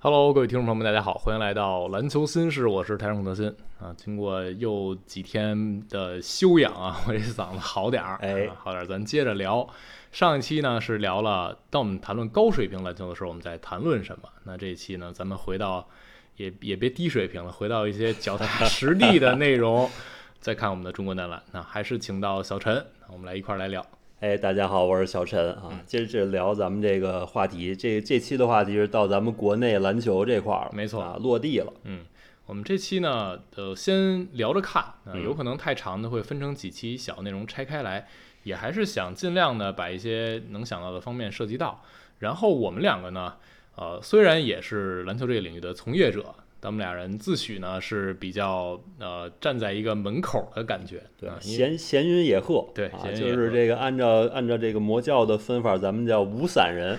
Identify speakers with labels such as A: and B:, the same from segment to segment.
A: Hello，各位听众朋友们，大家好，欢迎来到篮球新事，我是台上孔德新啊。经过又几天的休养啊，我这嗓子好点儿，
B: 哎
A: 啊好点儿。咱接着聊，上一期呢是聊了，当我们谈论高水平篮球的时候，我们在谈论什么？那这一期呢，咱们回到也也别低水平了，回到一些脚踏实地的内容，再看我们的中国男篮。那还是请到小陈，啊我们来一块儿来聊。
B: 哎，大家好，我是小陈
A: 嗯
B: 啊。接着聊咱们这个话题，这这期的话题是到咱们国内篮球这块儿了，
A: 没错
B: 啊，落地了。
A: 嗯，我们这期呢，呃，先聊着看，啊、
B: 嗯
A: 有可能太长的会分成几期小内容拆开来，也还是想尽量的把一些能想到的方面涉及到。然后我们两个呢，呃，虽然也是篮球这个领域的从业者，咱们俩人自诩呢是比较呃站在一个门口的感觉，
B: 对
A: 啊，因为
B: 闲闲云野鹤，
A: 对
B: 啊，
A: 闲云野鹤
B: 就是这个按照按照这个魔教的分法，咱们叫无散人。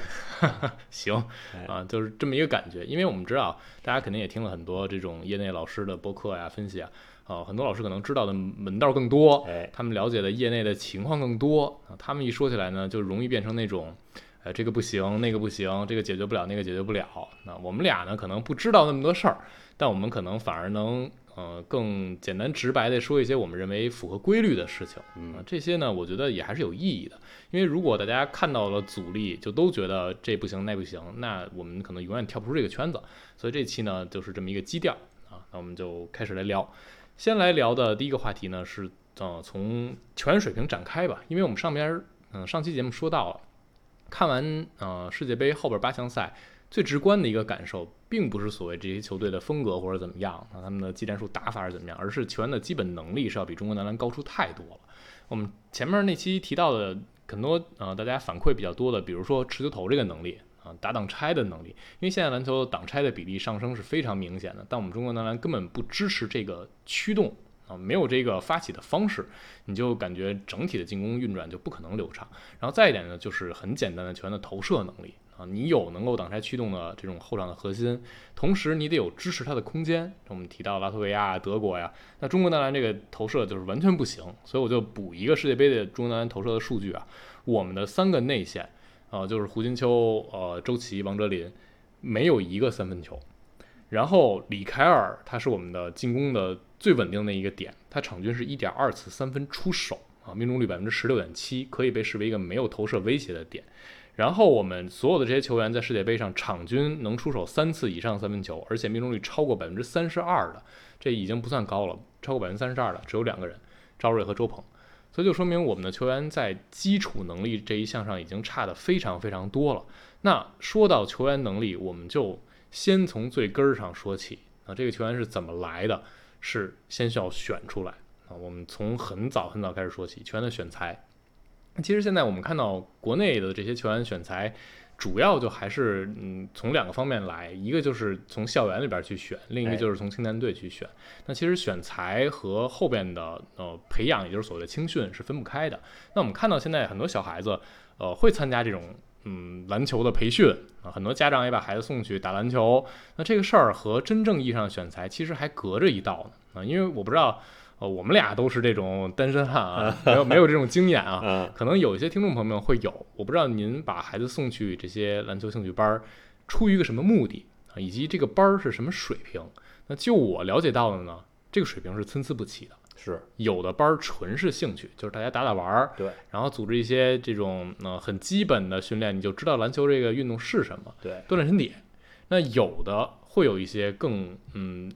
A: 行
B: 哎
A: 啊，就是这么一个感觉。因为我们知道，大家肯定也听了很多这种业内老师的播客呀、分析啊，啊，很多老师可能知道的门道更多
B: 哎，
A: 他们了解的业内的情况更多啊，他们一说起来呢，就容易变成那种。呃，这个不行，那个不行，这个解决不了，那个解决不了。那我们俩呢，可能不知道那么多事儿，但我们可能反而能，呃，更简单直白的说一些我们认为符合规律的事情。
B: 嗯
A: 啊，这些呢，我觉得也还是有意义的。因为如果大家看到了阻力，就都觉得这不行那不行，那我们可能永远跳不出这个圈子。所以这期呢，就是这么一个基调啊。那我们就开始来聊，先来聊的第一个话题呢是，呃，从球员水平展开吧，因为我们上边，嗯、上期节目说到了，看完呃世界杯后边八强赛。最直观的一个感受，并不是所谓这些球队的风格或者怎么样，啊，他们的技战术打法是怎么样，而是球员的基本能力是要比中国男篮高出太多了。我们前面那期提到的很多呃，大家反馈比较多的，比如说持球投这个能力啊、打挡拆的能力，因为现在篮球挡拆的比例上升是非常明显的，但我们中国男篮根本不支持这个驱动啊、没有这个发起的方式，你就感觉整体的进攻运转就不可能流畅。然后再一点呢，就是很简单的球员的投射能力。啊，你有能够挡拆驱动的这种后场的核心，同时你得有支持他的空间。我们提到拉脱维亚、德国呀，那中国男篮这个投射就是完全不行，所以我就补一个世界杯的中国男篮投射的数据啊，我们的三个内线，啊，就是胡金秋、呃周琦、王哲林，没有一个三分球。然后李凯尔他是我们的进攻的最稳定的一个点，他场均是一点二次三分出手啊，命中率百分之十六点七，可以被视为一个没有投射威胁的点。然后我们所有的这些球员在世界杯上场均能出手三次以上三分球，而且命中率超过百分之三十二的，这已经不算高了，超过百分之三十二的只有两个人，赵睿和周鹏。所以就说明我们的球员在基础能力这一项上已经差的非常非常多了。那说到球员能力，我们就先从最根儿上说起啊，这个球员是怎么来的？是先需要选出来啊。我们从很早很早开始说起球员的选材。其实现在我们看到国内的这些球员选材，主要就还是嗯从两个方面来，一个就是从校园里边去选，另一个
B: 哎
A: 就是从青年队去选。那其实选材和后边的呃培养，也就是所谓的青训是分不开的。那我们看到现在很多小孩子呃会参加这种嗯篮球的培训啊，很多家长也把孩子送去打篮球。那这个事儿和真正意义上的选材其实还隔着一道呢啊，因为我不知道呃我们俩都是这种单身汉啊，没有没有这种经验啊，
B: 嗯，
A: 可能有一些听众朋友们会有，我不知道您把孩子送去这些篮球兴趣班儿，出于一个什么目的啊，以及这个班儿是什么水平？那就我了解到的呢，这个水平是参差不齐的。
B: 是
A: 有的班儿纯是兴趣，就是大家打打玩儿，
B: 对
A: 然后组织一些这种呃很基本的训练，你就知道篮球这个运动是什么，
B: 对，
A: 锻炼身体。那有的会有一些更嗯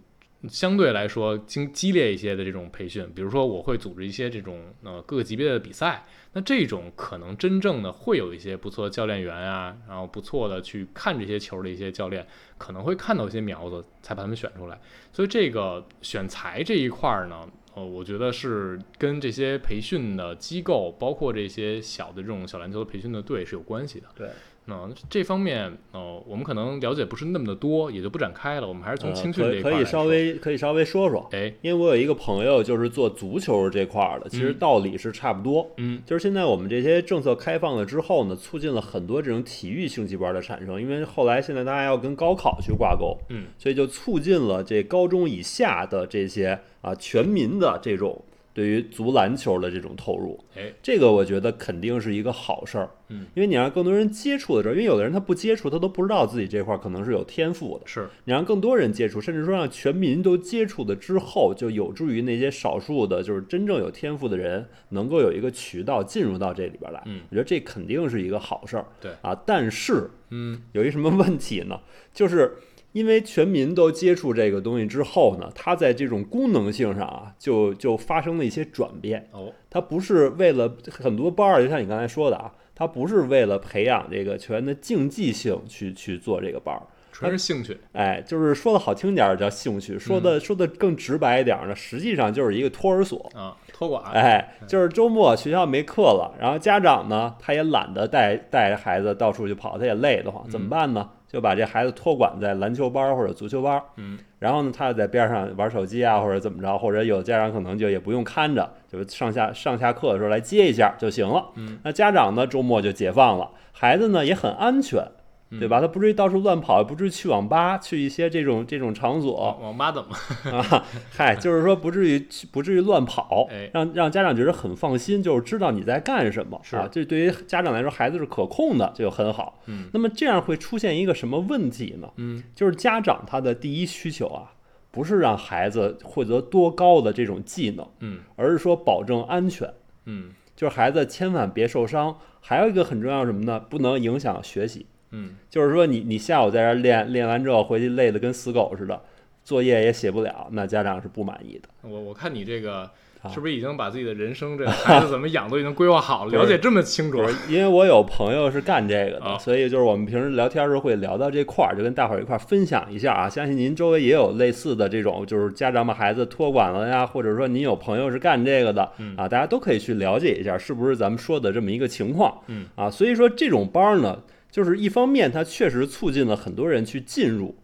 A: 相对来说经激烈一些的这种培训，比如说我会组织一些这种呃各个级别的比赛，那这种可能真正的会有一些不错的教练员啊，然后不错的去看这些球的一些教练，可能会看到一些苗子，才把他们选出来。所以这个选材这一块儿呢，呃，我觉得是跟这些培训的机构，包括这些小的这种小篮球的培训的队是有关系的。
B: 对，
A: 啊那、这方面，呃，我们可能了解不是那么的多，也就不展开了。我们还是从
B: 呃
A: 青训这一块、
B: 可以可以稍，微可以稍微说说，
A: 哎，
B: 因为我有一个朋友就是做足球这块儿的，其实
A: 嗯
B: 道理是差不多。
A: 嗯，
B: 就是现在我们这些政策开放了之后呢，促进了很多这种体育兴趣班的产生，因为后来现在大家要跟高考去挂钩，
A: 嗯，
B: 所以就促进了这高中以下的这些啊全民的这种对于足篮球的这种投入，
A: 哎，
B: 这个我觉得肯定是一个好事儿，
A: 嗯，
B: 因为你让更多人接触的时候，因为有的人他不接触，他都不知道自己这块儿可能是有天赋的，
A: 是
B: 你让更多人接触，甚至说让全民都接触的之后，就有助于那些少数的，就是真正有天赋的人，能够有一个渠道进入到这里边来。
A: 嗯，
B: 我觉得这肯定是一个好事儿。
A: 对
B: 啊，但是
A: 嗯
B: 有一什么问题呢？就是因为全民都接触这个东西之后呢，它在这种功能性上啊，就就发生了一些转变。
A: 哦
B: 它不是为了很多班儿，就像你刚才说的啊，它不是为了培养这个球员的竞技性去去做这个班儿。
A: 纯是兴趣，
B: 哎，就是说的好听点儿叫兴趣，说的说的更直白一点儿呢，实际上就是一个托儿所。
A: 啊，托管，
B: 哎，就是周末学校没课了，然后家长呢，他也懒得带带着孩子到处去跑，他也累得
A: 嗯
B: 慌，怎么办呢？就把这孩子托管在篮球班儿或者足球班儿，
A: 嗯，
B: 然后呢，他在边上玩手机啊，或者怎么着，或者有家长可能就也不用看着，就是上下上下课的时候来接一下就行了。
A: 嗯，
B: 那家长呢，周末就解放了，孩子呢也很安全。
A: 嗯
B: 对吧？他不至于到处乱跑，也不至于去网吧，去一些这种这种场所。
A: 网网吧怎么？
B: 啊，嗨，就是说不至于去不至于乱跑
A: 哎，
B: 让让家长觉得很放心，就是知道你在干什么
A: 是
B: 啊。这对于家长来说，孩子是可控的，这就很好。
A: 嗯
B: 那么这样会出现一个什么问题呢？
A: 嗯
B: 就是家长他的第一需求啊，不是让孩子获得多高的这种技能，
A: 嗯
B: 而是说保证安全，
A: 嗯
B: 就是孩子千万别受伤。还有一个很重要是什么呢？不能影响学习。
A: 嗯
B: 就是说你你下午在这儿练练完之后回去累得跟死狗似的，作业也写不了，那家长是不满意的。
A: 我我看你这个
B: 啊
A: 是不是已经把自己的人 生这孩子怎么养都已经规划好了，了解这么清楚
B: 不？是因为我有朋友是干这个
A: 啊
B: 的，所以就是我们平时聊天儿时候会聊到这块儿，就跟大伙儿一块儿分享一下啊。相信您周围也有类似的这种，就是家长把孩子托管了呀，或者说您有朋友是干这个的
A: 嗯
B: 啊，大家都可以去了解一下，是不是咱们说的这么一个情况？
A: 嗯
B: 啊，所以说这种班儿呢，就是一方面它确实促进了很多人去进入，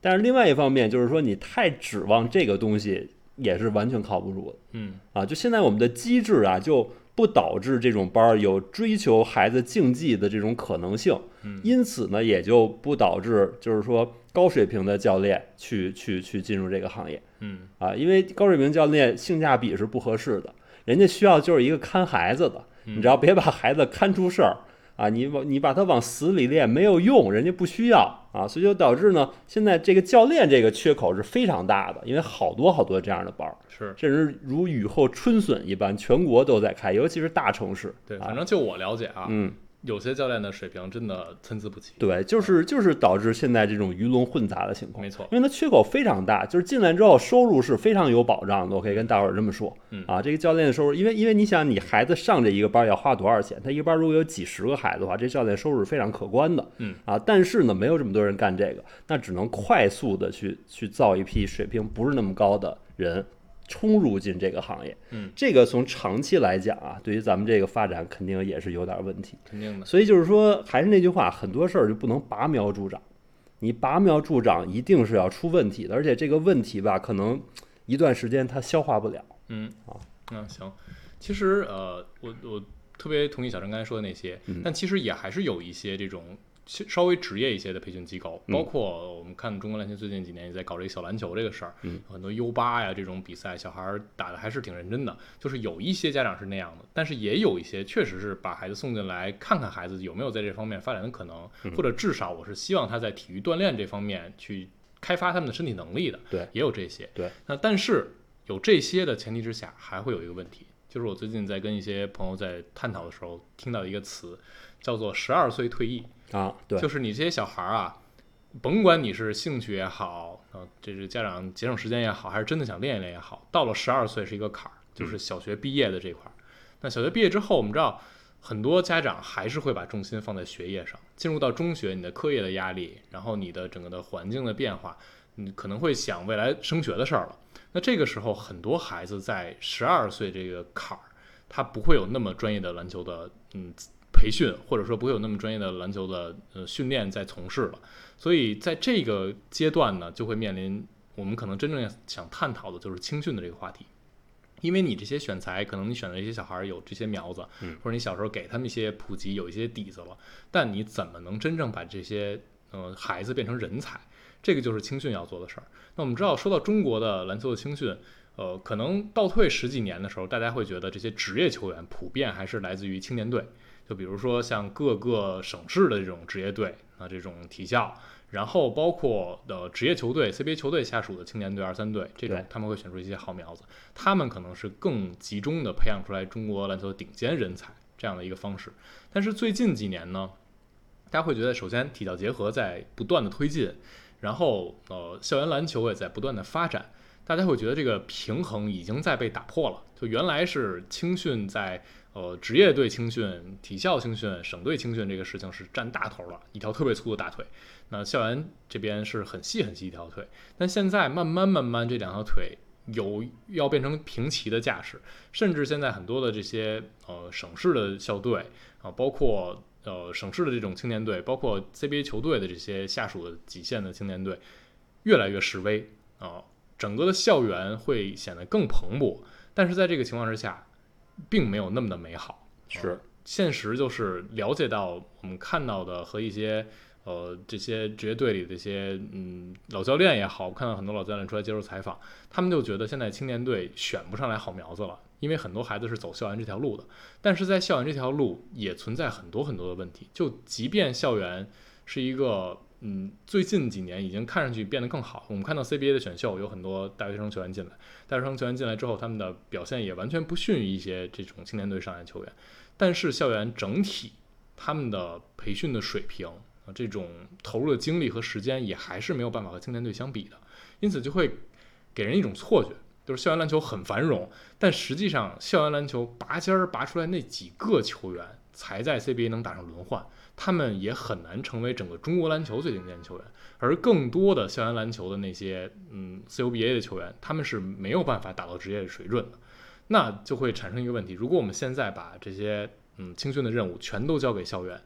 B: 但是另外一方面就是说你太指望这个东西也是完全靠不住的。
A: 嗯
B: 啊，就现在我们的机制啊，就不导致这种班儿有追求孩子竞技的这种可能性，
A: 嗯
B: 因此呢，也就不导致就是说高水平的教练去去去进入这个行业
A: 嗯
B: 啊，因为高水平教练性价比是不合适的，人家需要就是一个看孩子的，你只要别把孩子看出事儿。啊，你往你把他往死里练没有用，人家不需要啊，所以就导致呢，现在这个教练这个缺口是非常大的，因为好多好多这样的班儿。
A: 是
B: 甚至如雨后春笋一般，全国都在开，尤其是大城市。
A: 对，
B: 啊
A: 反正就我了解啊，
B: 嗯，
A: 有些教练的水平真的参差不齐，
B: 对，就是就是导致现在这种鱼龙混杂的情况，
A: 没错，
B: 因为它缺口非常大，就是进来之后收入是非常有保障的。我可以跟大伙儿这么说，
A: 嗯
B: 啊，这个教练的收入，因为因为你想，你孩子上这一个班要花多少钱？他一个班如果有几十个孩子的话，这教练收入是非常可观的，
A: 嗯
B: 啊，但是呢，没有这么多人干这个，那只能快速的去去造一批水平不是那么高的人冲入进这个行业。
A: 嗯，
B: 这个从长期来讲啊，对于咱们这个发展肯定也是有点问题。
A: 肯定的，
B: 所以就是说，还是那句话，很多事儿就不能拔苗助长。你拔苗助长，一定是要出问题的，而且这个问题吧，可能一段时间它消化不了。
A: 嗯
B: 好
A: 嗯行，其实呃，我我特别同意小陈刚才说的那些，
B: 嗯
A: 但其实也还是有一些这种。其稍微职业一些的培训机
B: 嗯
A: 构，包括我们看中国篮球最近几年也在搞这个小篮球这个事儿，
B: 嗯
A: 很多 U 八呀这种比赛，小孩儿打的还是挺认真的。就是有一些家长是那样的，但是也有一些确实是把孩子送进来，看看孩子有没有在这方面发展的可能，
B: 嗯
A: 或者至少我是希望他在体育锻炼这方面去开发他们的身体能力的。
B: 对
A: 也有这些。
B: 对，
A: 那但是有这些的前提之下，还会有一个问题，就是我最近在跟一些朋友在探讨的时候，听到一个词叫做“十二岁退役
B: 啊，”，对，
A: 就是你这些小孩儿啊，甭管你是兴趣也好，啊、这是家长节省时间也好，还是真的想练一练也好，到了十二岁是一个坎儿，就是小学毕业的这块儿。那小学毕业之后，我们知道。很多家长还是会把重心放在学业上。进入到中学，你的课业的压力，然后你的整个的环境的变化，你可能会想未来升学的事儿了。那这个时候，很多孩子在十二岁这个坎儿，他不会有那么专业的篮球的嗯培训，或者说不会有那么专业的篮球的呃训练在从事了。所以在这个阶段呢，就会面临我们可能真正想探讨的就是青训的这个话题。因为你这些选材，可能你选的一些小孩儿有这些苗子，
B: 嗯
A: 或者你小时候给他们一些普及，有一些底子了，但你怎么能真正把这些呃孩子变成人才？这个就是青训要做的事儿。那我们知道，说到中国的篮球的青训，呃，可能倒退十几年的时候，大家会觉得这些职业球员普遍还是来自于青年队，就比如说像各个省市的这种职业队啊，这种体校，然后包括呃职业球队 CBA 球队下属的青年队、二三队这种
B: 对，
A: 他们会选出一些好苗子，他们可能是更集中的培养出来中国篮球顶尖人才这样的一个方式。但是最近几年呢，大家会觉得，首先体教结合在不断的推进，然后呃，校园篮球也在不断的发展，大家会觉得这个平衡已经在被打破了。就原来是青训在呃职业队青训、体校青训、省队青训这个事情是占大头了，一条特别粗的大腿。那校园这边是很细很细一条腿，但现在慢慢慢慢这两条腿有要变成平齐的架势，甚至现在很多的这些呃省市的校队啊，包括呃省市的这种青年队，包括 CBA 球队的这些下属的几线的青年队，越来越示威啊、整个的校园会显得更蓬勃。但是在这个情况之下，并没有那么的美好。
B: 是
A: 现实就是了解到我们看到的和一些呃这些职业队里的这些嗯老教练也好，我看到很多老教练出来接受采访，他们就觉得现在青年队选不上来好苗子了，因为很多孩子是走校园这条路的。但是在校园这条路也存在很多很多的问题，就即便校园是一个。嗯，最近几年已经看上去变得更好。我们看到 CBA 的选秀有很多大学生球员进来，大学生球员进来之后，他们的表现也完全不逊于一些这种青年队上来的球员。但是校园整体他们的培训的水平啊，这种投入的精力和时间也还是没有办法和青年队相比的，因此就会给人一种错觉，就是校园篮球很繁荣，但实际上校园篮球拔尖儿拔出来那几个球员才在 CBA 能打上轮换，他们也很难成为整个中国篮球最顶尖球员，而更多的校园篮球的那些嗯 CUBA 的球员，他们是没有办法打到职业水准的。那就会产生一个问题：如果我们现在把这些嗯青训的任务全都交给校园，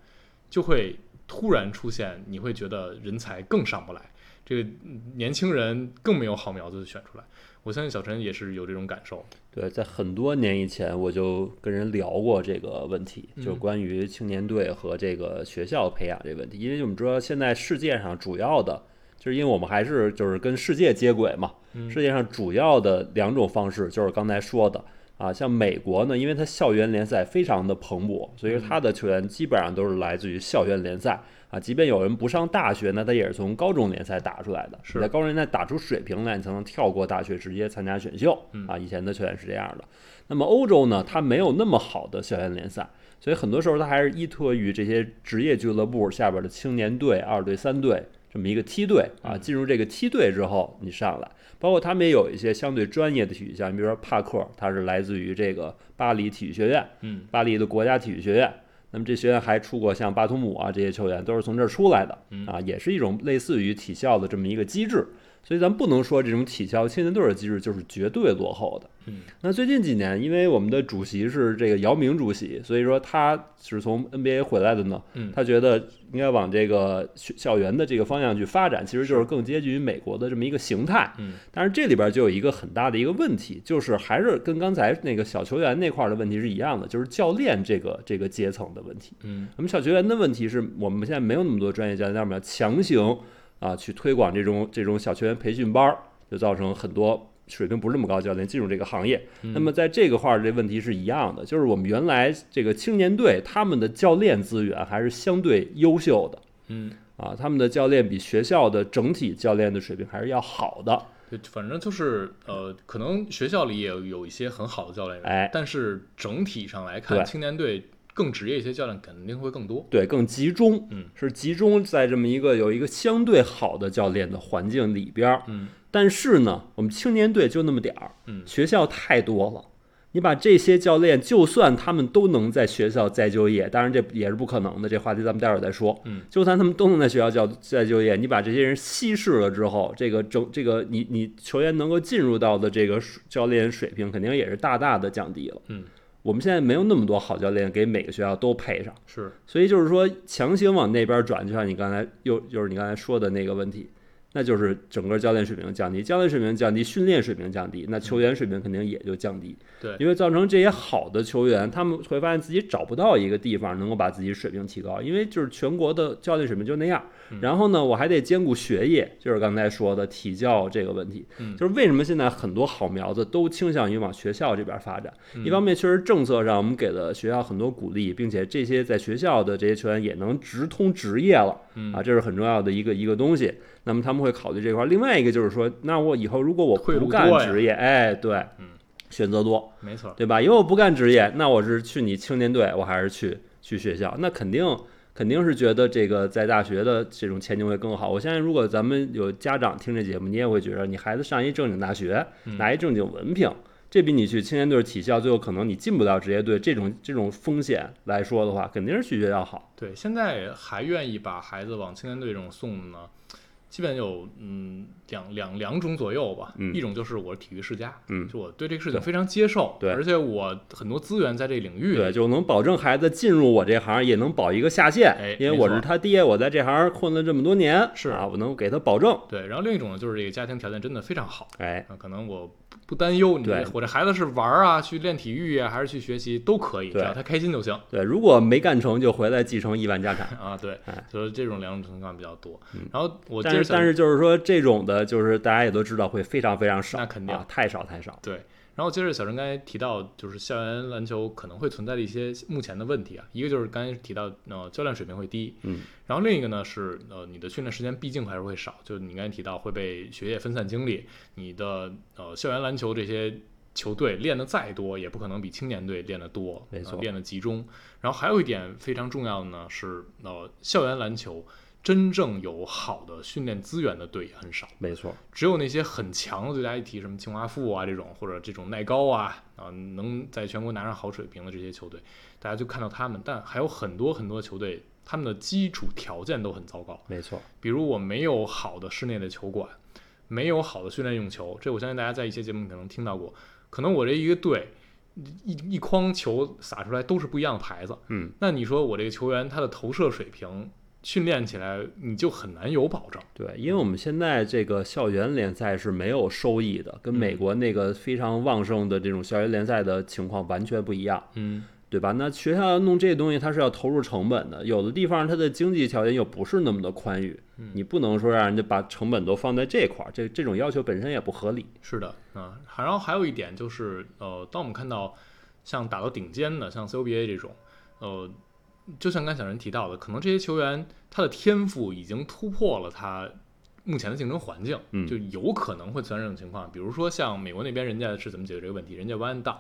A: 就会突然出现，你会觉得人才更上不来，这个嗯年轻人更没有好苗子选出来。我相信小陈也是有这种感受。
B: 对，在很多年以前我就跟人聊过这个问题，就是
A: 嗯
B: 关于青年队和这个学校培养这个问题。因为我们知道现在世界上主要的，就是因为我们还是就是跟世界接轨嘛，
A: 嗯
B: 世界上主要的两种方式就是刚才说的。啊，像美国呢，因为它校园联赛非常的蓬勃，所以
A: 嗯
B: 说它的球员基本上都是来自于校园联赛啊。即便有人不上大学呢，他也是从高中联赛打出来的。
A: 是
B: 你在高中联赛打出水平来，你才能跳过大学直接参加选秀
A: 嗯
B: 啊。以前的球员是这样的。那么欧洲呢，它没有那么好的校园联赛，所以很多时候它还是依托于这些职业俱乐部下边的青年队、二队、三队这么一个梯队啊。
A: 嗯
B: 进入这个梯队之后，你上来，包括他们也有一些相对专业的体育项，你比如说帕克，他是来自于这个巴黎体育学院，
A: 嗯
B: 巴黎的国家体育学院。那么这学院还出过像巴图姆啊这些球员，都是从这儿出来的
A: 嗯
B: 啊，也是一种类似于体校的这么一个机制。所以咱不能说这种体校青年队的机制就是绝对落后的。
A: 嗯
B: 那最近几年，因为我们的主席是这个姚明主席，所以说他是从 NBA 回来的呢，
A: 嗯
B: 他觉得应该往这个学校园的这个方向去发展，其实就是更接近于美国的这么一个形态。
A: 嗯，
B: 但是这里边就有一个很大的一个问题，就是还是跟刚才那个小球员那块儿的问题是一样的，就是教练这个这个阶层的问题。
A: 嗯
B: 我们小球员的问题是我们现在没有那么多专业教练，但我们要强行啊去推广这种这种小球员培训班儿，就造成很多水平不是那么高的教练进入这个行业。
A: 嗯
B: 那么在这个块儿，这问题是一样的，就是我们原来这个青年队他们的教练资源还是相对优秀的
A: 嗯，
B: 啊，他们的教练比学校的整体教练的水平还是要好的。
A: 对，反正就是呃，可能学校里也有有一些很好的教练人，
B: 哎
A: 但是整体上来看，
B: 对
A: 青年队更职业一些教练肯定会更多。
B: 对，更集中，
A: 嗯，
B: 是集中在这么一个有一个相对好的教练的环境里边儿，
A: 嗯，
B: 但是呢，我们青年队就那么点儿，
A: 嗯
B: 学校太多了。你把这些教练，就算他们都能在学校再就业，当然这也是不可能的，这话题咱们待会儿再说。
A: 嗯，
B: 就算他们都能在学校教再就业，你把这些人稀释了之后，这个整这个你你球员能够进入到的这个水教练水平，肯定也是大大的降低了。
A: 嗯，
B: 我们现在没有那么多好教练给每个学校都配上。
A: 是，
B: 所以就是说，强行往那边转，就像你刚才又就是你刚才说的那个问题。那就是整个教练水平降低，教练水平降低，训练水平降低，那球员水平肯定也就降低。
A: 对
B: 因为造成这些好的球员，他们会发现自己找不到一个地方能够把自己水平提高，因为就是全国的教练水平就那样。
A: 嗯
B: 然后呢，我还得兼顾学业，就是刚才说的体教这个问题。
A: 嗯
B: 就是为什么现在很多好苗子都倾向于往学校这边发展？
A: 嗯
B: 一方面确实政策上我们给了学校很多鼓励，并且这些在学校的这些球员也能直通职业了。
A: 嗯
B: 啊，这是很重要的一个一个东西。那么他们会考虑这块儿。另外一个就是说，那我以后如果我
A: 退路
B: 不干
A: 多呀
B: 职业，哎，对
A: 嗯，
B: 选择多，
A: 没错，
B: 对吧？因为我不干职业，那我是去你青年队，我还是去去学校？那肯定肯定是觉得这个在大学的这种前景会更好。我相信，如果咱们有家长听这节目，你也会觉得你孩子上一正经大学，
A: 嗯
B: 拿一正经文凭，这比你去青年队体校，最后可能你进不了职业队这种这种风险来说的话，肯定是去学校好。
A: 对，现在还愿意把孩子往青年队这种送的呢，基本有嗯两两两种左右吧。
B: 嗯
A: 一种就是我是体育世家，
B: 嗯
A: 就我对这个事情
B: 对
A: 非常接受，
B: 对
A: 而且我很多资源在这领域
B: 对，
A: 里。
B: 就能保证孩子进入我这行，也能保一个下限，
A: 哎
B: 因为
A: 没
B: 我
A: 错
B: 是他爹，我在这行混了这么多年，
A: 是
B: 啊，我能给他保证，
A: 对，然后另一种呢，就是这个家庭条件真的非常好，
B: 哎，
A: 啊，可能我不不担忧你
B: 对
A: 我这孩子是玩儿啊，去练体育啊，还是去学习都可以，只
B: 对
A: 要他开心就行。
B: 对，如果没干成就回来继承亿万家产。
A: 啊，对
B: 哎，
A: 所以这种两种情况比较多
B: 嗯。
A: 然后我接
B: 但
A: 着
B: 是
A: 想
B: 但，是就是说这种的，就是大家也都知道会非常非常少，
A: 那肯定
B: 啊，太少太少。
A: 然后接着小陈刚才提到，就是校园篮球可能会存在的一些目前的问题啊，一个就是刚才提到，呃，教练水平会低，
B: 嗯，
A: 然后另一个呢是，呃，你的训练时间毕竟还是会少，就是你刚才提到会被学业分散精力，你的呃校园篮球这些球队练的再多，也不可能比青年队练得多，
B: 没错
A: 呃练的集中。然后还有一点非常重要的呢是，呃，校园篮球真正有好的训练资源的队也很少。
B: 没错，
A: 只有那些很强的，对大家一提什么清华附啊这种，或者这种耐高啊啊，能在全国拿上好水平的这些球队，大家就看到他们。但还有很多很多球队，他们的基础条件都很糟糕，
B: 没错，
A: 比如我没有好的室内的球馆，没有好的训练用球，这我相信大家在一些节目里可能听到过。可能我这一个队一一筐球撒出来都是不一样的牌子，
B: 嗯，
A: 那你说我这个球员他的投射水平训练起来，你就很难有保证。
B: 对，因为我们现在这个校园联赛是没有收益的，跟美
A: 嗯
B: 国那个非常旺盛的这种校园联赛的情况完全不一样。
A: 嗯，
B: 对吧？那学校弄这东西，它是要投入成本的。有的地方它的经济条件又不是那么的宽裕，
A: 嗯
B: 你不能说让人家把成本都放在这块儿，这这种要求本身也不合理。
A: 是的，嗯，还然后还有一点就是，呃，当我们看到像打到顶尖的，像 CUBA 这种，呃，就像刚才小人提到的，可能这些球员他的天赋已经突破了他目前的竞争环境，
B: 嗯
A: 就有可能会存在这种情况。比如说像美国那边，人家是怎么解决这个问题？人家 one and done，、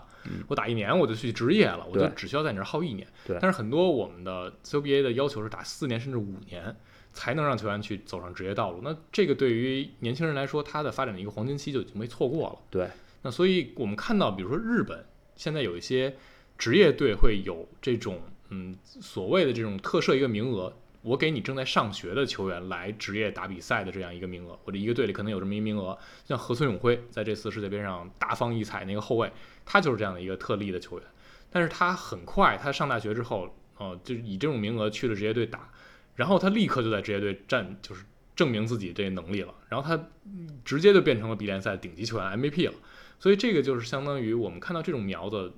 A: 我打一年我就去职业了，我就
B: 嗯对
A: 只需要在你这儿耗一年。
B: 对
A: 但是很多我们的 CUBA 的要求是打四年甚至五年。才能让球员去走上职业道路。那这个对于年轻人来说，他的发展的一个黄金期就已经被错过了。
B: 对，
A: 那所以我们看到，比如说日本现在有一些职业队会有这种嗯所谓的这种特设一个名额，我给你正在上学的球员来职业打比赛的这样一个名额。我这一个队里可能有这么一个名额，像河村永辉在这次世界杯上大放异彩那个后卫，他就是这样的一个特例的球员。但是他很快，他上大学之后，呃，就是以这种名额去了职业队打，然后他立刻就在职业队站，就是证明自己这个能力了，然后他嗯直接就变成了 B 联赛顶级球员 MVP 了。所以这个就是相当于我们看到这种苗子，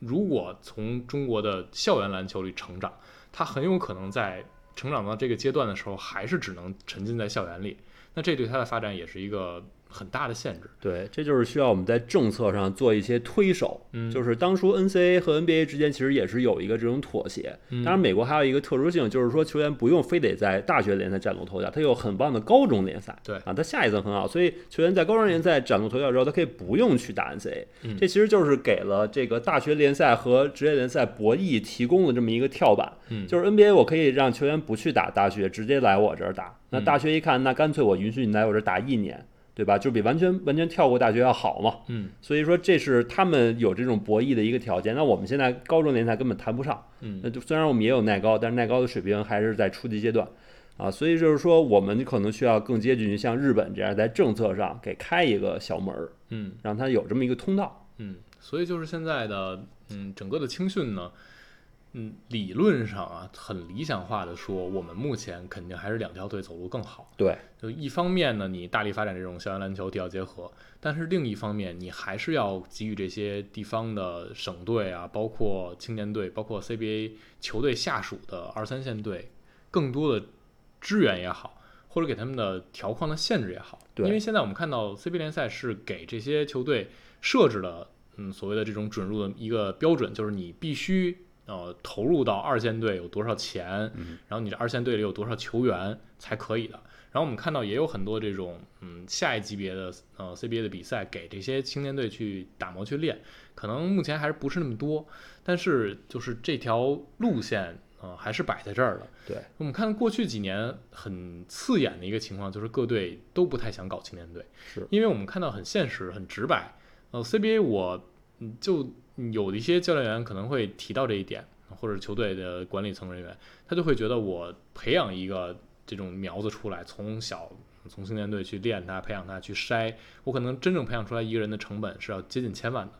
A: 如果从中国的校园篮球里成长，他很有可能在成长到这个阶段的时候，还是只能沉浸在校园里。那这对他的发展也是一个很大的限制。
B: 对，这就是需要我们在政策上做一些推手。
A: 嗯
B: 就是当初 NCAA 和 NBA 之间其实也是有一个这种妥协。
A: 嗯
B: 当然，美国还有一个特殊性，就是说球员不用非得在大学联赛崭露头角，他有很棒的高中联赛。
A: 对
B: 啊，他下一层很好，所以球员在高中联赛崭露头角之后，他可以不用去打 NCAA。
A: 嗯
B: 这其实就是给了这个大学联赛和职业联赛博弈提供了这么一个跳板。
A: 嗯
B: 就是 NBA 我可以让球员不去打大学，直接来我这儿打。
A: 嗯
B: 那大学一看，那干脆我允许你来我这儿打一年，对吧？就比完全完全跳过大学要好嘛。
A: 嗯
B: 所以说这是他们有这种博弈的一个条件。那我们现在高中联赛根本谈不上。
A: 嗯
B: 那就虽然我们也有耐高，但是耐高的水平还是在初级阶段。啊，所以就是说，我们可能需要更接近于像日本这样，在政策上给开一个小门儿，
A: 嗯
B: 让它有这么一个通道。
A: 嗯，所以就是现在的嗯整个的青训呢，嗯，理论上啊，很理想化的说，我们目前肯定还是两条腿走路更好。
B: 对，
A: 就一方面呢，你大力发展这种校园篮球、体校结合；但是另一方面，你还是要给予这些地方的省队啊，包括青年队、包括 CBA 球队下属的二三线队更多的支援也好，或者给他们的条框的限制也好。
B: 对
A: 因为现在我们看到 CBA 联赛是给这些球队设置了嗯所谓的这种准入的一个标准，就是你必须呃投入到二线队有多少钱，然后你这二线队里有多少球员才可以的。然后我们看到也有很多这种嗯下一级别的呃 CBA 的比赛给这些青年队去打磨去练，可能目前还是不是那么多，但是就是这条路线呃还是摆在这儿的。
B: 对，
A: 我们看过去几年很刺眼的一个情况，就是各队都不太想搞青年队，
B: 是
A: 因为我们看到很现实、很直白。呃，CBA 我嗯就有的一些教练员可能会提到这一点，或者球队的管理层人员，他就会觉得我培养一个这种苗子出来，从小从青年队去练他、培养他、去筛，我可能真正培养出来一个人的成本是要接近千万的。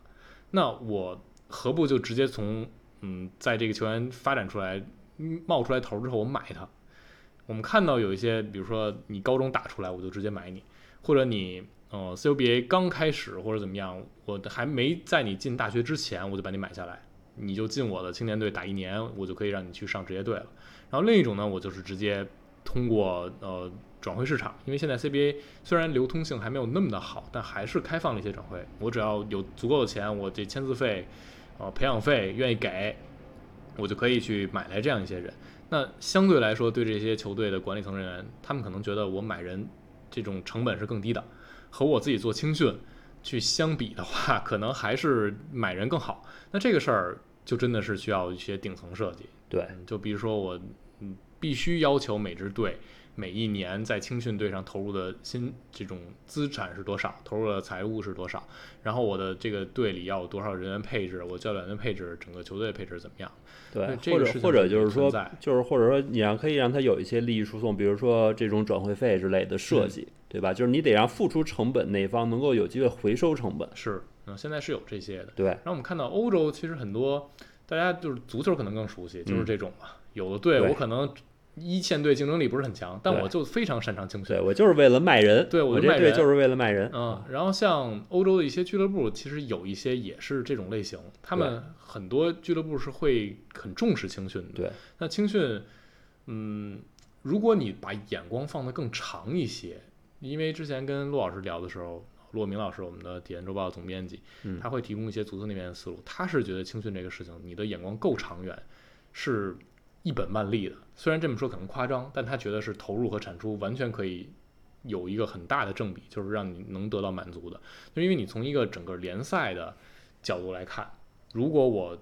A: 那我何不就直接从嗯，在这个球员发展出来、嗯冒出来头儿之后，我买它？我们看到有一些，比如说你高中打出来，我就直接买你，或者你呃 CUBA 刚开始或者怎么样，我还没在你进大学之前，我就把你买下来，你就进我的青年队打一年，我就可以让你去上职业队了。然后另一种呢，我就是直接通过呃转会市场，因为现在 CBA 虽然流通性还没有那么的好，但还是开放了一些转会。我只要有足够的钱，我这签字费、呃培养费愿意给，我就可以去买来这样一些人。那相对来说，对这些球队的管理层人员，他们可能觉得我买人这种成本是更低的，和我自己做青训去相比的话，可能还是买人更好。那这个事儿就真的是需要一些顶层设计。
B: 对，
A: 嗯就比如说我嗯必须要求每支队每一年在青训队上投入的新这种资产是多少，投入的财务是多少，然后我的这个队里要有多少人员配置，我教练的配置，整个球队的配置怎么样？
B: 对，
A: 对这
B: 或
A: 个
B: 者
A: 事情
B: 或者就是
A: 存
B: 说
A: 在，
B: 就是或者说，你让可以让他有一些利益输送，比如说这种转会费之类的
A: 嗯
B: 设计，对吧？就是你得让付出成本那一方能够有机会回收成本，
A: 是，嗯，现在是有这些的。
B: 对
A: 然后我们看到欧洲其实很多，大家就是足球可能更熟悉，就是这种嘛。有的队
B: 嗯对
A: 我可能一线队竞争力不是很强，但
B: 对
A: 我就非常擅长青训。
B: 对我就是为了卖人，
A: 对我
B: 我
A: 就
B: 这
A: 卖
B: 队
A: 人
B: 就是为了卖人，
A: 嗯，然后像欧洲的一些俱乐部，其实有一些也是这种类型，他们很多俱乐部是会很重视青训的。
B: 对
A: 那青训，嗯，如果你把眼光放得更长一些，因为之前跟陆老师聊的时候，骆明老师，我们的《体验周报》总编辑，
B: 嗯
A: 他会提供一些足球那边的思路。他是觉得青训这个事情，你的眼光够长远，是一本万利的。虽然这么说可能夸张，但他觉得是投入和产出完全可以有一个很大的正比，就是让你能得到满足的。就因为你从一个整个联赛的角度来看，如果我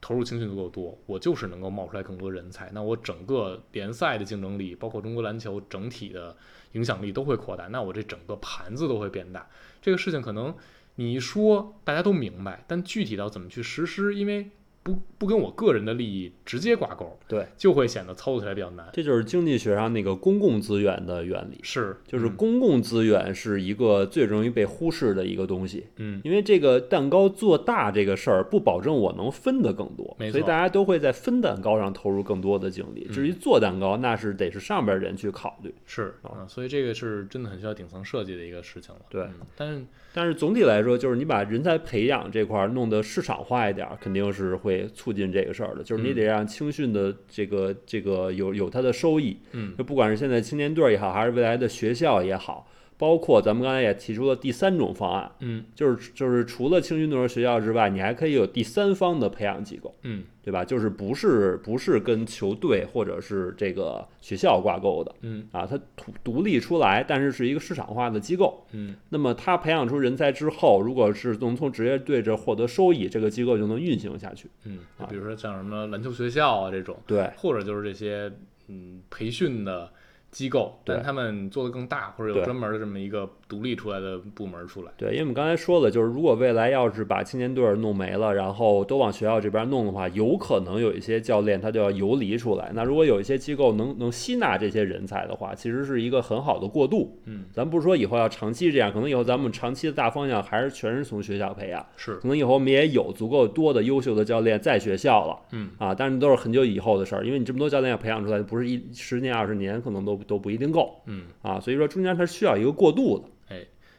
A: 投入青训足够多，我就是能够冒出来更多人才。那我整个联赛的竞争力，包括中国篮球整体的影响力都会扩大。那我这整个盘子都会变大。这个事情可能你一说大家都明白，但具体到怎么去实施，因为不不跟我个人的利益直接挂钩，
B: 对，
A: 就会显得操作起来比较难。
B: 这就是经济学上那个公共资源的原理，
A: 是，
B: 就是
A: 嗯
B: 公共资源是一个最容易被忽视的一个东西，
A: 嗯
B: 因为这个蛋糕做大这个事儿，不保证我能分得更多
A: 没，错
B: 所以大家都会在分蛋糕上投入更多的精力。
A: 嗯
B: 至于做蛋糕，那是得是上边人去考虑。
A: 是啊，
B: 啊
A: 所以这个是真的很需要顶层设计的一个事情了。
B: 对
A: 嗯，但是
B: 但是总体来说，就是你把人才培养这块儿弄得市场化一点儿，肯定是会促进这个事儿的。就是你
A: 嗯
B: 得让青训的这个这个有有它的收益，
A: 嗯
B: 就不管是现在青年队儿也好，还是未来的学校也好，包括咱们刚才也提出了第三种方案，
A: 嗯
B: 就是就是除了青训队儿和学校之外，你还可以有第三方的培养机构。
A: 嗯
B: 对吧？就是不是不是跟球队或者是这个学校挂钩的
A: 嗯
B: 啊，它独独立出来，但是是一个市场化的机构。
A: 嗯
B: 那么它培养出人才之后，如果是能从职业队这获得收益，这个机构就能运行下去。
A: 嗯，就啊比如说像什么篮球学校啊这种，
B: 对
A: 或者就是这些嗯培训的机构，
B: 对
A: 但他们做的更大，或者有
B: 对
A: 专门的这么一个独立出来的部门出来。
B: 对，因为我们刚才说了，就是如果未来要是把青年队儿弄没了，然后都往学校这边弄的话，有可能有一些教练他就要游离出来。那如果有一些机构能能吸纳这些人才的话，其实是一个很好的过渡。
A: 嗯，
B: 咱不是说以后要长期这样，可能以后咱们长期的大方向还是全是从学校培养，
A: 是，
B: 可能以后我们也有足够多的优秀的教练在学校了。
A: 嗯
B: 啊，但是都是很久以后的事儿，因为你这么多教练要培养出来，不是一十年二十年，可能都都不一定够
A: 嗯，
B: 啊。所以说中间它是需要一个过渡的。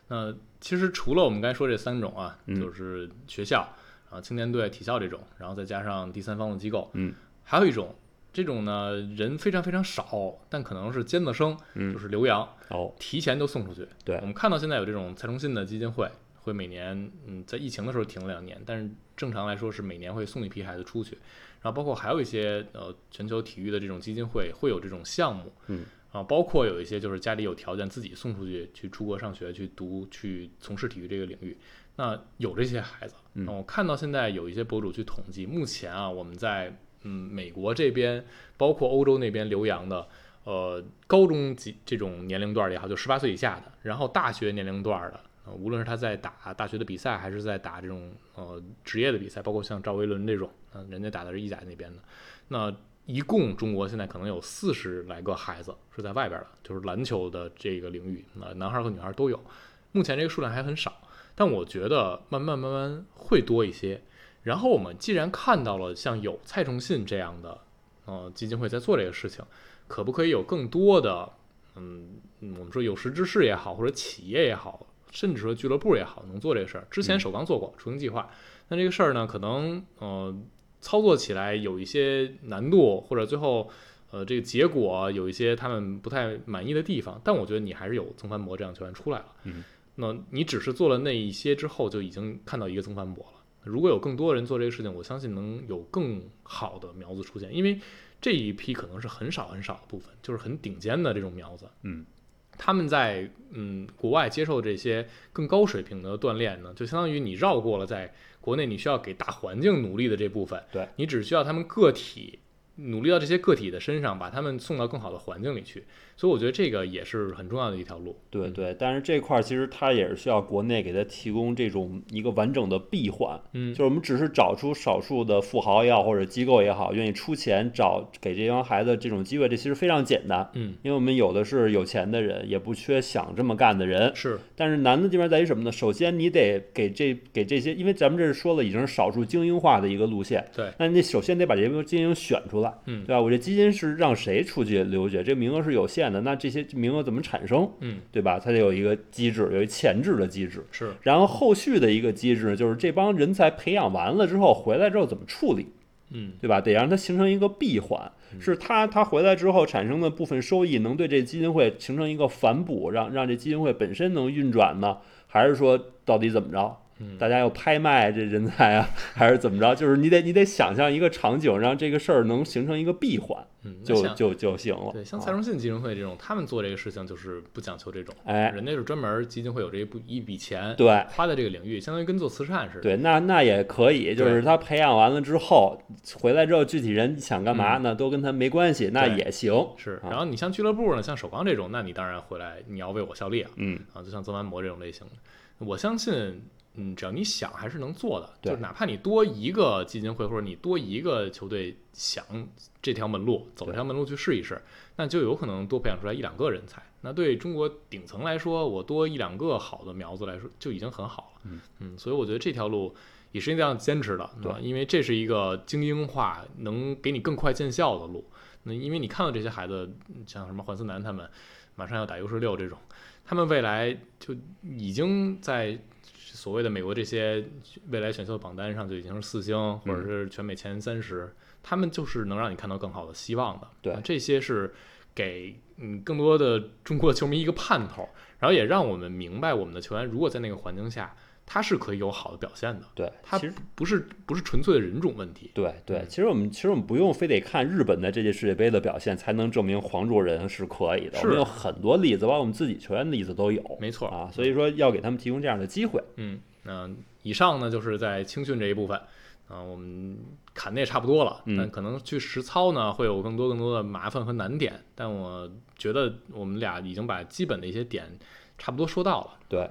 A: 那其实除了我们刚才说这三种啊，
B: 嗯
A: 就是学校，然后青年队、体校这种，然后再加上第三方的机构，
B: 嗯，
A: 还有一种，这种呢人非常非常少，但可能是尖子生，
B: 嗯
A: 就是留洋，
B: 哦，
A: 提前都送出去。
B: 对
A: 我们看到现在有这种蔡崇信的基金会，会每年嗯在疫情的时候停了两年，但是正常来说是每年会送一批孩子出去。然后包括还有一些呃全球体育的这种基金会会有这种项目，
B: 嗯。
A: 啊，包括有一些就是家里有条件自己送出去去出国上学去读去从事体育这个领域，那有这些孩子。
B: 嗯
A: 那我看到现在有一些博主去统计，目前啊我们在嗯美国这边，包括欧洲那边留洋的，呃，高中级这种年龄段儿也好，就十八岁以下的，然后大学年龄段儿的，呃无论是他在打大学的比赛，还是在打这种呃职业的比赛，包括像赵维伦这种，嗯、人家打的是意甲那边的，那一共中国现在可能有四十来个孩子是在外边儿的，就是篮球的这个领域，那男孩儿和女孩儿都有，目前这个数量还很少，但我觉得慢慢慢慢会多一些。然后我们既然看到了像有蔡崇信这样的呃基金会在做这个事情，可不可以有更多的嗯，嗯我们说有识之士也好，或者企业也好，甚至说俱乐部也好，能做这个事儿？之前首钢做过雏鹰计划，那这个事儿呢，可能呃操作起来有一些难度，或者最后。呃，这个结果有一些他们不太满意的地方，但我觉得你还是有曾凡博这样球员出来了。
B: 嗯，
A: 那你只是做了那一些之后，就已经看到一个曾凡博了。如果有更多人做这个事情，我相信能有更好的苗子出现，因为这一批可能是很少很少的部分，就是很顶尖的这种苗子。
B: 嗯，
A: 他们在嗯国外接受这些更高水平的锻炼呢，就相当于你绕过了在国内你需要给大环境努力的这部分，
B: 对
A: 你只需要他们个体努力到这些个体的身上，把他们送到更好的环境里去。所以我觉得这个也是很重要的一条路。
B: 对对，但是这块儿其实它也是需要国内给它提供这种一个完整的闭环，
A: 嗯
B: 就是我们只是找出少数的富豪也好，或者机构也好，愿意出钱找给这帮孩子这种机会，这其实非常简单，
A: 嗯，
B: 因为我们有的是有钱的人，也不缺想这么干的人。
A: 是
B: 但是难的地方在于什么呢？首先你得给这给这些，因为咱们这是说了已经是少数精英化的一个路线，
A: 对，
B: 那你得首先得把这些精英选出来，
A: 嗯
B: 对吧？我这基金是让谁出去留学，这名额是有限的，那这些名额怎么产生？
A: 嗯
B: 对吧？它得有一个机制，有一前置的机制。
A: 是
B: 然后后续的一个机制呢，就是这帮人才培养完了之后，回来之后怎么处理，
A: 嗯
B: 对吧？得让它形成一个闭环，是他他回来之后产生的部分收益能对这基金会形成一个反哺，让让这基金会本身能运转呢，还是说到底怎么着？
A: 嗯
B: 大家要拍卖这人才啊，还是怎么着？就是你得你得想象一个场景，让这个事儿能形成一个闭环，
A: 嗯，那
B: 就
A: 像
B: 就就行了。
A: 对像
B: 啊
A: 蔡崇信基金会这种，他们做这个事情就是不讲求这种，
B: 哎，
A: 人家是专门基金会有这一部一笔钱，
B: 对，
A: 花在这个领域，相当于跟做慈善似的。
B: 对，那那也可以，就
A: 对
B: 是他培养完了之后，回来之后具体人想干嘛呢，都跟他没关系，那
A: 嗯对
B: 也行。
A: 是，
B: 啊
A: 然后你像俱乐部呢，像首钢这种，那你当然回来你要为我效力啊，
B: 嗯，
A: 啊，就像曾凡博这种类型的，我相信，嗯，只要你想，还是能做的，
B: 对
A: 就是哪怕你多一个基金会或者你多一个球队想这条门路，走这条门路去试一试，那就有可能多培养出来一两个人才。那对中国顶层来说，我多一两个好的苗子来说就已经很好了，
B: 嗯
A: 所以我觉得这条路。也是一定要坚持的，
B: 对
A: 啊因为这是一个精英化，能给你更快见效的路。那因为你看到这些孩子，嗯像什么环思南他们，马上要打 U 十六这种，他们未来就已经在所谓的美国这些未来选秀榜单上就已经是四星或者是全美前三十、他们就是能让你看到更好的希望的。
B: 对
A: 啊这些是给嗯更多的中国球迷一个盼头，然后也让我们明白我们的球员如果在那个环境下，他是可以有好的表现的。
B: 对，
A: 他
B: 其实
A: 不是不是纯粹的人种问题，
B: 对对，
A: 嗯
B: 其实我们其实我们不用非得看日本的这届世界杯的表现才能证明黄种人是可以的，我
A: 是
B: 们有很多例子，包括我们自己球员的例子都有
A: 没错
B: 啊，
A: 嗯
B: 所以说要给他们提供这样的机会。
A: 嗯，那以上呢就是在青训这一部分。啊，我们砍的也差不多了，但可能去实操呢会有更多更多的麻烦和难点，但我觉得我们俩已经把基本的一些点差不多说到了。
B: 对。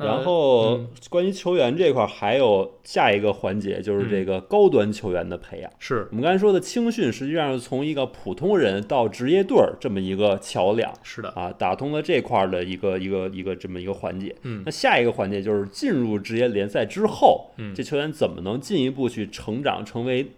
A: 那嗯
B: 然后关于球员这块儿，还有下一个环节
A: 嗯
B: 就是这个高端球员的培养。
A: 是
B: 我们刚才说的青训，实际上是从一个普通人到职业队儿这么一个桥梁
A: 是的，
B: 啊，打通了这块儿的一个一个一个这么一个环节。
A: 嗯
B: 那下一个环节就是进入职业联赛之后，
A: 嗯
B: 这球员怎么能进一步去成长，成为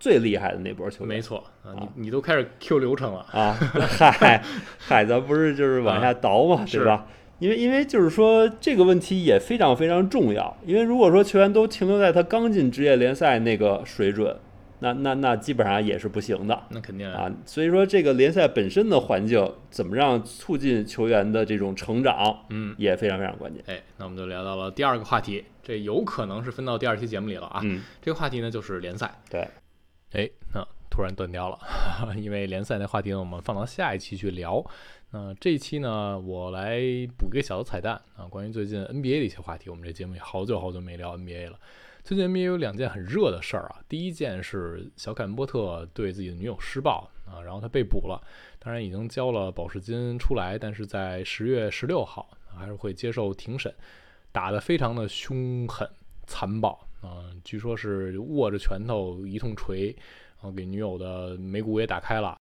B: 最厉害的那波球员？
A: 没错啊，你你都开始 Q 流程了，
B: 啊， 嗨嗨，咱不是就是往下倒嘛，
A: 啊是
B: 对吧？因为因为就是说这个问题也非常非常重要，因为如果说球员都停留在他刚进职业联赛那个水准，那那那基本上也是不行的
A: 那肯定啊
B: 啊。所以说这个联赛本身的环境怎么让促进球员的这种成长，
A: 嗯，
B: 也非常非常关键。
A: 哎，那我们就聊到了第二个话题，这有可能是分到第二期节目里了啊。
B: 嗯，
A: 这个话题呢就是联赛，
B: 对，
A: 哎，那突然断掉了， 因为联赛的话题呢，我们放到下一期去聊。那这一期呢，我来补一个小的彩蛋啊，关于最近 NBA 的一些话题，我们这节目也好久好久没聊 NBA 了。最近 NBA 有两件很热的事儿啊，第一件是小凯文波特对自己的女友施暴啊，然后他被捕了，当然已经交了保释金出来，但是在十月十六号啊还是会接受庭审，打得非常的凶狠残暴啊、据说是握着拳头一通锤，然后给女友的眉骨也打开了，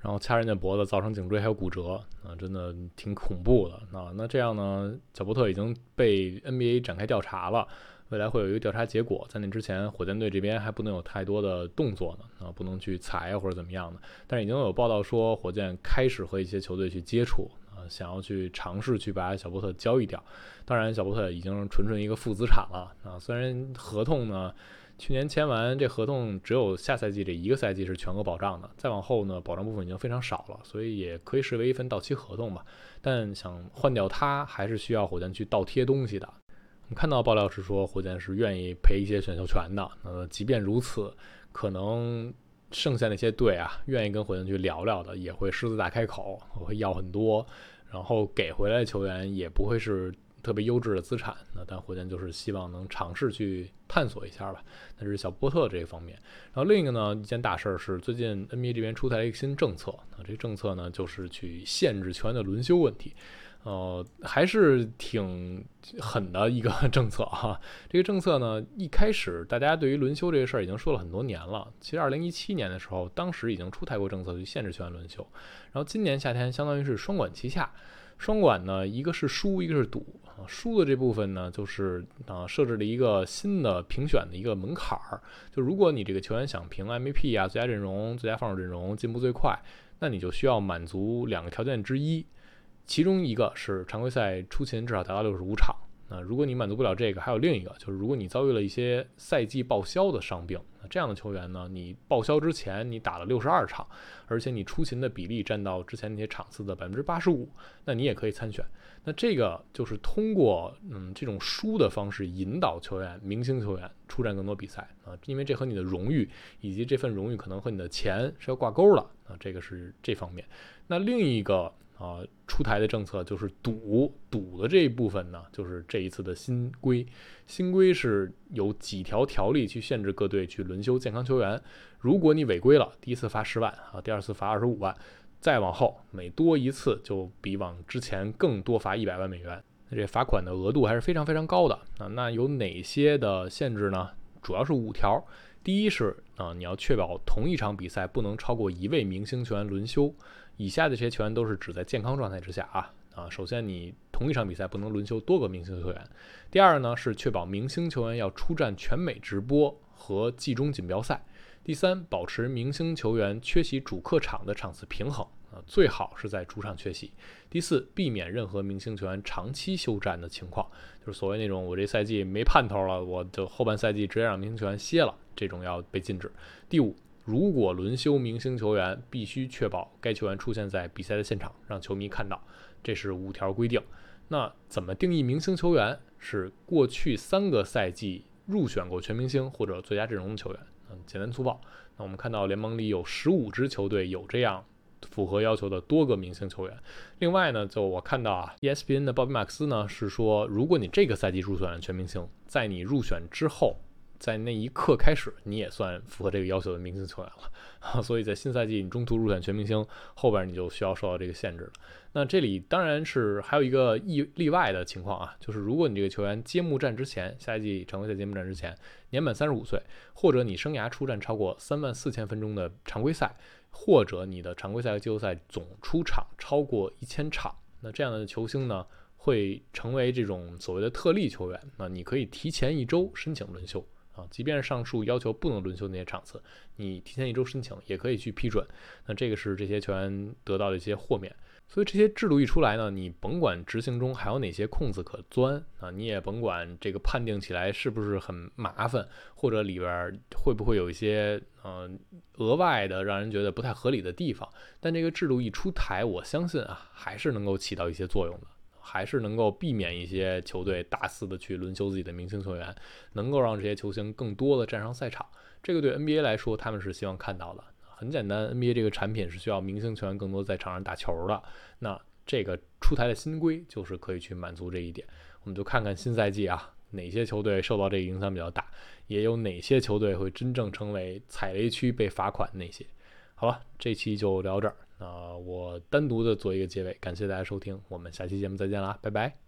A: 然后掐人家脖子，造成颈椎还有骨折，啊，真的挺恐怖的。啊那那这样呢，小波特已经被 NBA 展开调查了，未来会有一个调查结果。在那之前，火箭队这边还不能有太多的动作呢，啊，不能去裁或者怎么样的。但是已经有报道说，火箭开始和一些球队去接触。啊，想要去尝试去把小波特交易掉，当然小波特已经纯纯一个负资产了啊。虽然合同呢去年签完这合同，只有下赛季这一个赛季是全额保障的，再往后呢，保障部分已经非常少了，所以也可以视为一份到期合同吧。但想换掉它，还是需要火箭去倒贴东西的。我们看到爆料是说，火箭是愿意赔一些选秀权的。呃，即便如此，可能剩下那些队啊，愿意跟火箭去聊聊的，也会狮子大开口，会要很多，然后给回来的球员也不会是特别优质的资产。那但火箭就是希望能尝试去探索一下吧。那是小波特这一方面。然后另一个呢，一件大事儿是最近 NBA 这边出台了一个新政策，啊，这个政策呢就是去限制球员的轮休问题。呃，还是挺狠的一个 政策啊。这个政策呢，一开始大家对于轮休这个事儿已经说了很多年了。其实二零一七年的时候，当时已经出台过政策去限制球员轮休。然后今年夏天，相当于是双管齐下。双管呢，一个是输，一个是赌。啊输的这部分呢，就是啊设置了一个新的评选的一个门槛儿，就如果你这个球员想评 MVP 啊、最佳阵容、最佳防守阵容、进步最快，那你就需要满足两个条件之一，其中一个是常规赛出勤至少达到六十五场。那如果你满足不了这个，还有另一个就是，如果你遭遇了一些赛季报销的伤病，那这样的球员呢，你报销之前你打了六十二场，而且你出勤的比例占到之前那些场次的百分之八十五，那你也可以参选。那这个就是通过嗯这种输的方式引导球员、明星球员出战更多比赛啊，因为这和你的荣誉以及这份荣誉可能和你的钱是要挂钩了啊，这个是这方面。那另一个啊出台的政策就是赌赌的这一部分呢，就是这一次的新规，新规是有几条条例去限制各队去轮休健康球员，如果你违规了，第一次罚十万啊，第二次罚二十五万，再往后每多一次就比往之前更多罚一百万美元。那这罚款的额度还是非常非常高的啊。那有哪些的限制呢？主要是五条。第一是啊，你要确保同一场比赛不能超过一位明星球员轮休。以下的这些球员都是指在健康状态之下啊啊。首先，你同一场比赛不能轮休多个明星球员。第二呢是确保明星球员要出战全美直播和季中锦标赛。第三，保持明星球员缺席主客场的场次平衡啊，最好是在主场缺席。第四，避免任何明星球员长期休战的情况，就是所谓那种我这赛季没盼头了，我就后半赛季直接让明星球员歇了，这种要被禁止。第五，如果轮休明星球员，必须确保该球员出现在比赛的现场，让球迷看到。这是五条规定。那怎么定义明星球员？是过去三个赛季入选过全明星或者最佳阵容的球员。嗯，简单粗暴。那我们看到联盟里有十五支球队有这样符合要求的多个明星球员。另外呢，就我看到啊，ESPN 的鲍比·马克斯呢是说，如果你这个赛季入选了全明星，在你入选之后在那一刻开始，你也算符合这个要求的明星球员了、 啊。所以在新赛季你中途入选全明星，后边你就需要受到这个限制了。那这里当然是还有一个意例外的情况啊，就是如果你这个球员揭幕战之前，下一季常规赛揭幕战之前年满三十五岁，或者你生涯出战超过三万四千分钟的常规赛，或者你的常规赛和季后赛总出场超过一千场，那这样的球星呢？会成为这种所谓的特例球员，那你可以提前一周申请轮休啊，即便是上述要求不能轮休那些场次，你提前一周申请也可以去批准。那这个是这些球员得到的一些豁免。所以这些制度一出来呢，你甭管执行中还有哪些空子可钻啊，你也甭管这个判定起来是不是很麻烦，或者里边会不会有一些嗯、呃、额外的让人觉得不太合理的地方。但这个制度一出台，我相信啊，还是能够起到一些作用的。还是能够避免一些球队大肆的去轮休自己的明星球员，能够让这些球星更多的站上赛场。这个对 NBA 来说，他们是希望看到的。很简单，NBA 这个产品是需要明星球员更多在场上打球的。那这个出台的新规就是可以去满足这一点。我们就看看新赛季啊，哪些球队受到这个影响比较大，也有哪些球队会真正成为踩雷区被罚款那些。好了，这期就聊这儿。那、呃、我单独的做一个结尾，感谢大家收听，我们下期节目再见啦，拜拜。